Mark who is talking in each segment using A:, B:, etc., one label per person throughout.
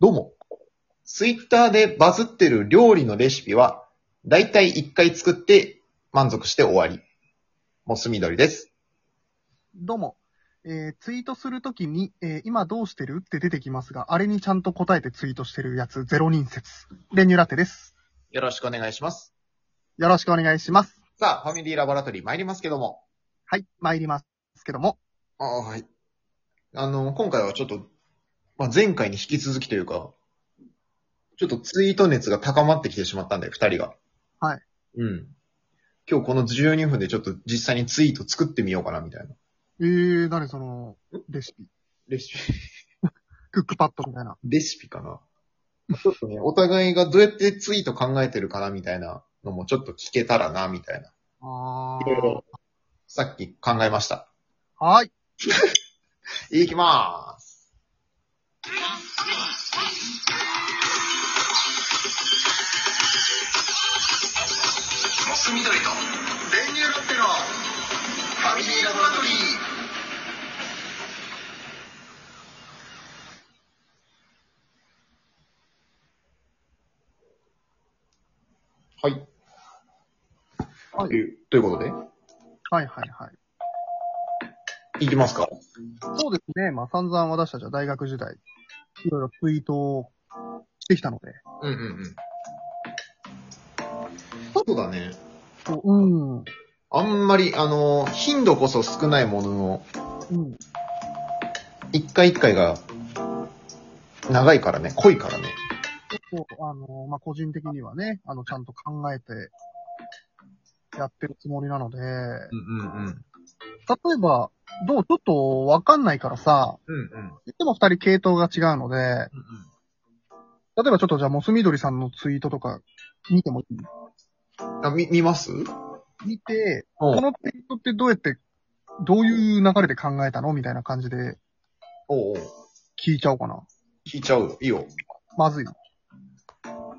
A: どうも。ツイッターでバズってる料理のレシピは、だいたい一回作って満足して終わり。モスみどりです。
B: どうも。えーツイートするときに、えー今どうしてるって出てきますが、あれにちゃんと答えてツイートしてるやつ、ゼロ人説。レニュラテです。
A: よろしくお願いします。
B: よろしくお願いします。
A: さあ、ファミリーラボラトリー参りますけども。
B: はい、参りますけども。
A: ああ、はい。あの、今回はちょっと、まあ、前回に引き続きというか、ちょっとツイート熱が高まってきてしまったんだよ、二人が。
B: はい。
A: うん。今日この12分でちょっと実際にツイート作ってみようかな、みたいな。
B: えー、何その、レシピ。
A: レシピ。
B: クックパッドみたいな。
A: レシピかな。ちょっとね、お互いがどうやってツイート考えてるかなみたいなのもちょっと聞けたらな、みたいな。
B: あ
A: いろいろさっき考えました。
B: ー。はーい。
A: いきまーす。
C: モス緑と練乳ロッテのファミリーラボラトリー
A: はい。
B: はい
A: というということで、
B: はいはいはい。
A: いきますか。
B: そうですね。まあ、散々私たちは大学時代、いろいろツイートをしてきたので。
A: うんうんうん。そうだね。
B: こううん。うん。
A: あんまり、あの、頻度こそ少ないものの、一回一回が、長いからね、濃いからね。
B: そう、あの、まあ、個人的にはね、あの、ちゃんと考えて、やってるつもりなので、
A: うんうんうん。
B: 例えば、どうちょっとわかんないからさ、
A: うんうん。
B: いつも二人系統が違うので、例えばちょっとじゃあ、モスみどりさんのツイートとか見てもいい
A: あ、み、見ます
B: 見て、
A: お
B: このツイートってどうやって、どういう流れで考えたのみたいな感じで
A: おうおう
B: 聞いちゃおうかな。
A: 聞いちゃうよ。いいよ。
B: まずい。う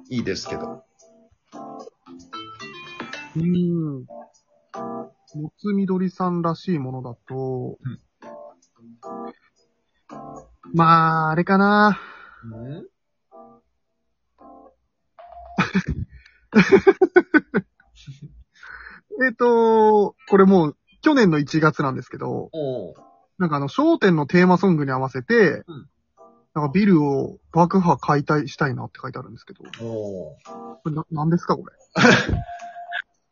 A: いいですけど。
B: ーん。モスみどりさんらしいものだと、まあ、あれかな。
A: うん
B: えっ、と、これもう、去年の1月なんですけど、
A: おう
B: なんかあの、商店のテーマソングに合わせて、
A: うん
B: なんかビルを爆破解体したいなって書いてあるんですけど、
A: おう
B: これな、なんですかこれ。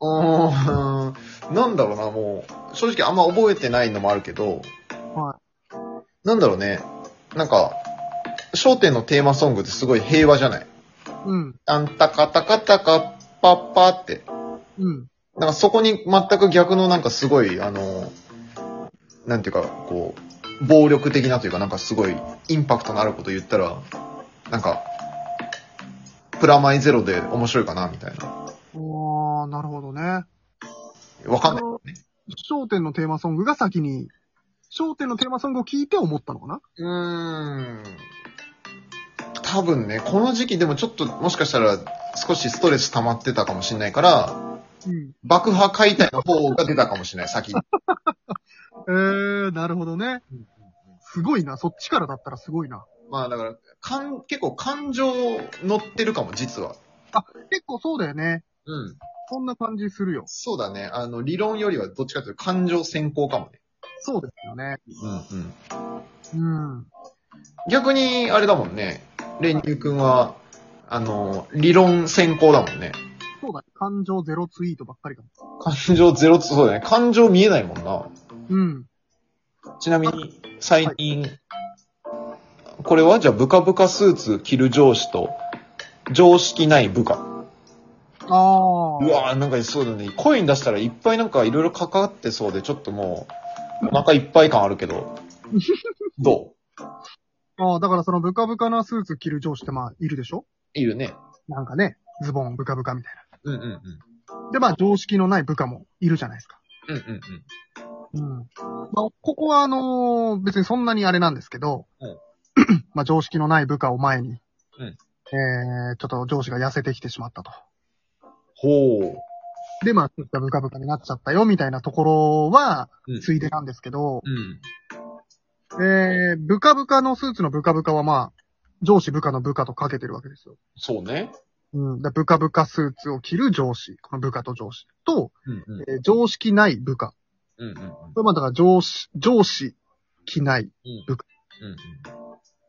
A: うーん。なんだろうな、もう、正直あんま覚えてないのもあるけど、
B: は
A: なんだろうね。なんか、商店のテーマソングってすごい平和じゃない
B: うん、
A: あんたかたかたか、パッパって。
B: うん、
A: なんかそこに全く逆のなんかすごい、あの、なんていうか、こう、暴力的なというか、なんかすごいインパクトのあること言ったら、なんか、プラマイゼロで面白いかな、みたいな。
B: おー、なるほどね。
A: わかんない。
B: 商店のテーマソングが先に、商店のテーマソングを聞いて思ったのかな
A: うーん。多分ね、この時期でもちょっともしかしたら少しストレス溜まってたかもしれないから、
B: うん。
A: 爆破解体の方が出たかもしれない、先 に。
B: えー、なるほどね。すごいな、そっちからだったらすごいな。
A: まあだから、かん、結構感情乗ってるかも、実は。
B: 結構そうだよね。
A: うん。
B: そんな感じするよ。
A: そうだね。あの、理論よりはどっちかというと感情先行かもね。
B: そうですよね。
A: うんうん。
B: うん。
A: 逆に、あれだもんね。練乳くんは、あの、理論先行だもんね。
B: そうだね。感情ゼロツイートばっかりかも。
A: 感情ゼロつ、そうだね。感情見えないもんな。
B: うん。
A: ちなみに、最近、これはじゃあ、ブカブカスーツ着る上司と、常識ない部下。
B: あー。
A: うわぁ、なんかそうだね。声に出したらいっぱいなんかいろいろかかってそうで、ちょっともう、お腹いっぱい感あるけ ど。ど
B: ああ、だからそのブカブカなスーツ着る上司ってまあいるでしょ
A: ういるね。
B: なんかね、ズボンブカブカみたい
A: うんうんうん。
B: な。でまあ常識のない部下もいるじゃないですか。
A: うんうんうん。
B: うん。まあここはあのー別にそんなにあれなんですけど、
A: うん
B: まあ常識のない部下を前に、
A: うん
B: えー、ちょっと上司が痩せてきてしまったと。
A: ほう。
B: でまあそういったブカブカになっちゃったよみたいなところは
A: うん、
B: ついでなんですけど、
A: うん。
B: えー、ブカブカのスーツのブカブカはまあ、上司部下の部下とかけてるわけですよ。
A: そうね。
B: うん。だ部下部下スーツを着る上司。この部下と上司。と、
A: うんうん。
B: えー常識ない部下。
A: うんうんうん。
B: これまあだから上司、上司、着ない。
A: うんうん。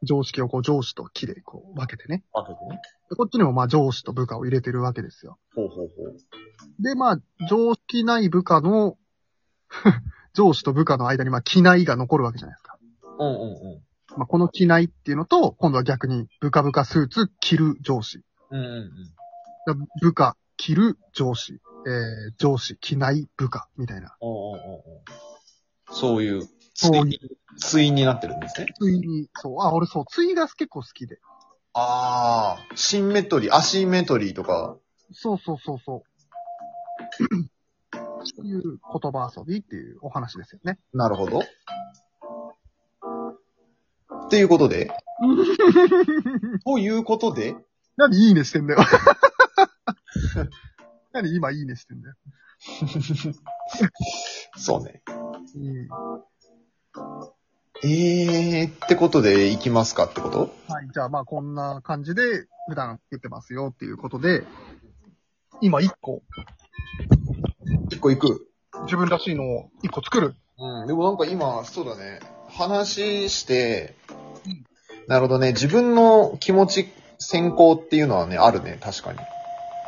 B: 常識をこう上司と着でこう分けてね。
A: 分けてね。
B: でこっちにもまあ上司と部下を入れてるわけですよ。
A: ほうほうほう。
B: で、まあ、常識ない部下の、 上司と部下の間に、まあ、機内が残るわけじゃないですか。
A: うんうんうん。
B: まあ、この機内っていうのと、今度は逆に、部下部下スーツ着る上司。
A: うんうんうん。
B: だ部下着る上司。えー、上司着ない部下、みたいな。
A: おうおうおうおうそういう、
B: そう
A: 対に、対になってるんですね。
B: ついに、そう、あ、俺そう、ついが結構好きで。
A: ああ、シンメトリー、アシンメトリーとか。
B: そうそうそうそう。そういう言葉遊びっていうお話ですよね。
A: なるほど。っていうことで。ということで、
B: 何いいねしてんだよ。 何今いいねしてんだよ。
A: そうね。
B: うん。
A: えー、ってことで、行きますかってこと
B: はい、じゃあまあこんな感じで普段作ってますよっていうことで、今一個、
A: 一個行く。
B: 自分らしいのを一個作る。
A: うん、でもなんか今、そうだね。話して、なるほどね。自分の気持ち先行っていうのはね、あるね。確かに。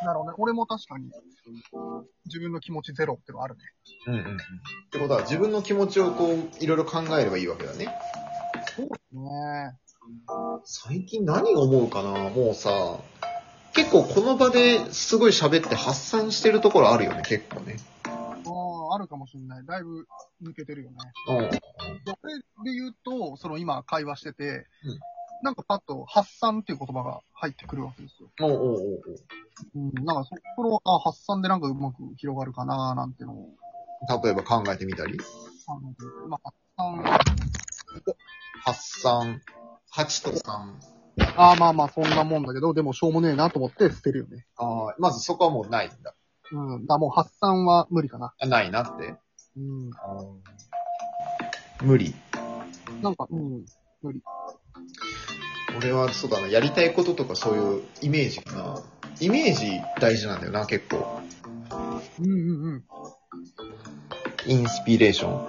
B: なるほどね。俺も確かに、自分の気持ちゼロってのあるね。
A: うんうんうん。ってことは、自分の気持ちをこう、いろいろ考えればいいわけだね。
B: ね
A: 最近何を思うかなもうさ、結構この場ですごい喋って発散してるところあるよね、結構ね。
B: え。ああ、あるかもしれない。だいぶ抜けてるよね。
A: う
B: で俺で言うと、その今会話してて、
A: うん
B: なんかパッと発散っていう言葉が入ってくるわけですよ。
A: ん。おうおうおうおう
B: うん。なんかそこの、あ発散でなんかうまく広がるかなーなんてのを
A: 例えば考えてみたり。
B: 考えて、まあ発散、
A: 発散、8と3。
B: ああ、まあまあ、そんなもんだけど、でもしょうもねえなと思って捨てるよね。
A: ああ、まずそこはもうないんだ。
B: うん。だ、もう発散は無理かな。
A: あないなって。
B: うん。
A: 無理。
B: なんか、うん。無理。
A: 俺はそうだな、やりたいこととかそういうイメージかな。イメージ大事なんだよな、結構。
B: うんうんうん。
A: インスピレーショ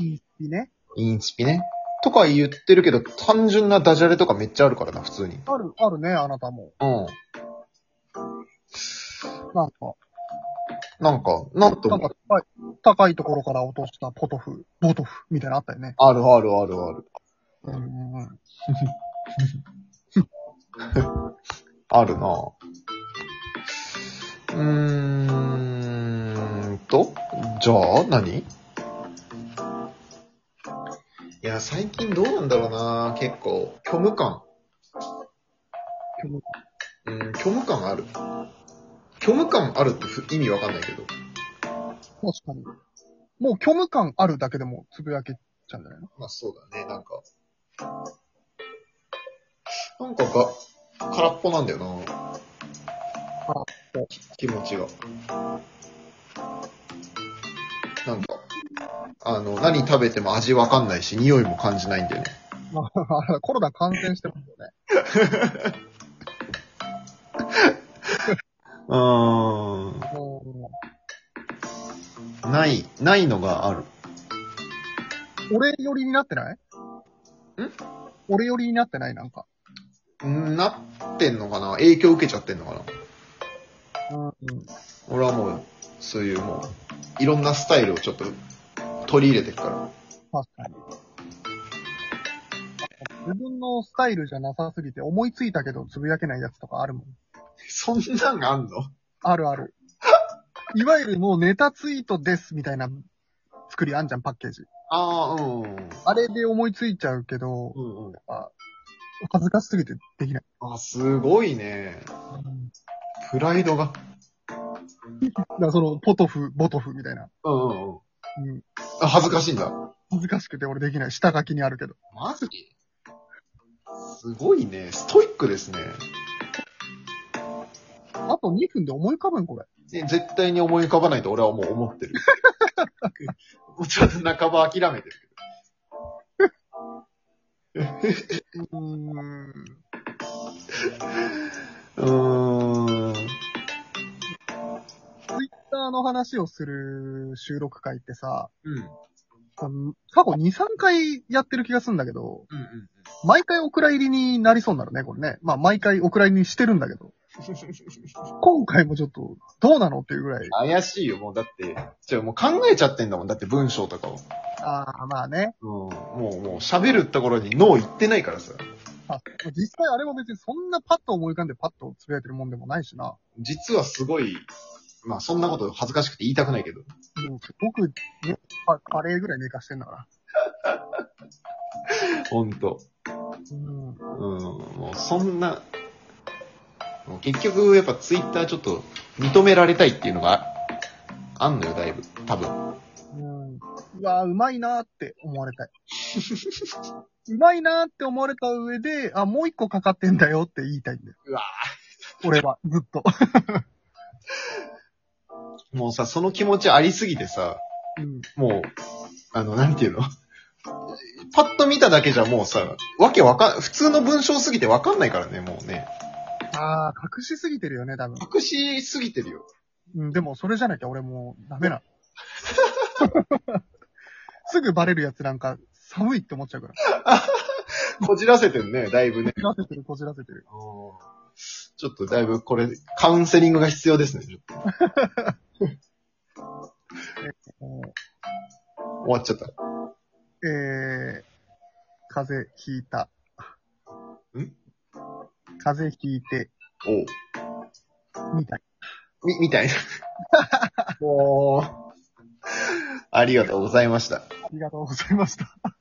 A: ン。
B: いいね。
A: インスピね。とか言ってるけど、単純なダジャレとかめっちゃあるからな、普通に。
B: ある、あるね、あなたも。
A: うん。
B: なんか、
A: なんか、なんと
B: な
A: も
B: んか高い、高いところから落としたポトフ、ボトフ、みたいなのあったよね。
A: あるあるあるある。
B: うんうんうん。
A: あるなぁうーんと、じゃあ何いや、最近どうなんだろうなぁ結構、虚無感。
B: 虚無
A: うん、虚無感ある。虚無感あるってふ意味わかんないけど。
B: 確かに。もう虚無感あるだけでもつぶやけちゃうんじゃないの
A: まあそうだね、なんか。なんかが、空っぽなんだよな
B: 空っぽ
A: 気持ちが。なんか、あの、何食べても味わかんないし、匂いも感じないんだよね。
B: まあ、あれだコロナ感染してますよね。
A: うーん。
B: う
A: ない、ないのがある。
B: ん。俺寄りになってないん俺寄りになってないなんか。
A: んなってんのかな影響受けちゃってんのかな
B: うん。
A: 俺はもう、そういうもう、いろんなスタイルをちょっと取り入れてるから。
B: 確かに。自分のスタイルじゃなさすぎて思いついたけどつぶやけないやつとかあるもん。
A: そんなんあんの
B: あるある。いわゆるもうネタツイートですみたいな作りあんじゃん、パッケージ。
A: ああ、うん。
B: あれで思いついちゃうけど、
A: うんうん。
B: 恥ずかしすぎてできない。
A: あ、すごいね。
B: だ
A: プライドが。
B: からその、ポトフ、ボトフみたいな。
A: うんうんうん。
B: うん。
A: あ、恥ずかしいんだ。
B: 恥ずかしくて俺できない。下書きにあるけど。
A: マジすごいね。ストイックですね。
B: あと2分で思い浮かぶん、これ。
A: ね絶対に思い浮かばないと俺はもう思ってる。 もうちょっと半ば諦めてる
B: うーん。話をする収録会ってさ、
A: うん。うん
B: あの過去2、3回やってる気がするんだけど、
A: うん。
B: 毎回お蔵入りになりそうになるね、これね。まあ、毎回お蔵入りにしてるんだけど。今回もちょっと、どうなのっていうぐらい。
A: 怪しいよ、もうだって。じゃあもう考えちゃってんだもん、だって文章とかを。
B: ああ、まあね。
A: うん。もう、もう喋るところに脳言ってないからさ。
B: あ実際あれも別にそんなパッと思い浮かんでパッとつぶやいてるもんでもないしな。
A: 実はすごい、まあそんなこと恥ずかしくて言いたくないけど。
B: もうすごく、ね、カカレーぐらい寝かしてんだから。
A: ほんと。
B: うん。
A: うん。もうそんな、もう結局やっぱツイッターちょっと認められたいっていうのがああんのよ、だいぶ。多分。
B: うん。うわーうまいなーって思われ たい。うまいなーって思われた上で、あ、もう一個かかってんだよって言いたいんだよ。
A: うわ
B: 俺は、ずっと。
A: もうさ、その気持ちありすぎてさ、
B: うん。
A: もう、あの、なんていうのパッと見ただけじゃもうさ、わけわかん、普通の文章すぎてわかんないからね、もうね。
B: ああ、隠しすぎてるよね、多分。
A: 隠しすぎてるよ。
B: うん、でもそれじゃなきゃ俺もうダメな の。 すぐバレるやつなんか寒いって思っちゃうから。
A: こじらせてるね、だいぶね。
B: こじらせてる、こじらせてる。
A: ちょっとだいぶこれ、カウンセリングが必要ですね。ちょっと
B: もう
A: 終わっちゃった。
B: えー、風邪ひいた。
A: ん
B: 風邪ひいて、
A: おう。
B: みたい。
A: み、みたいな。 もう、ありがとうございました。
B: ありがとうございました。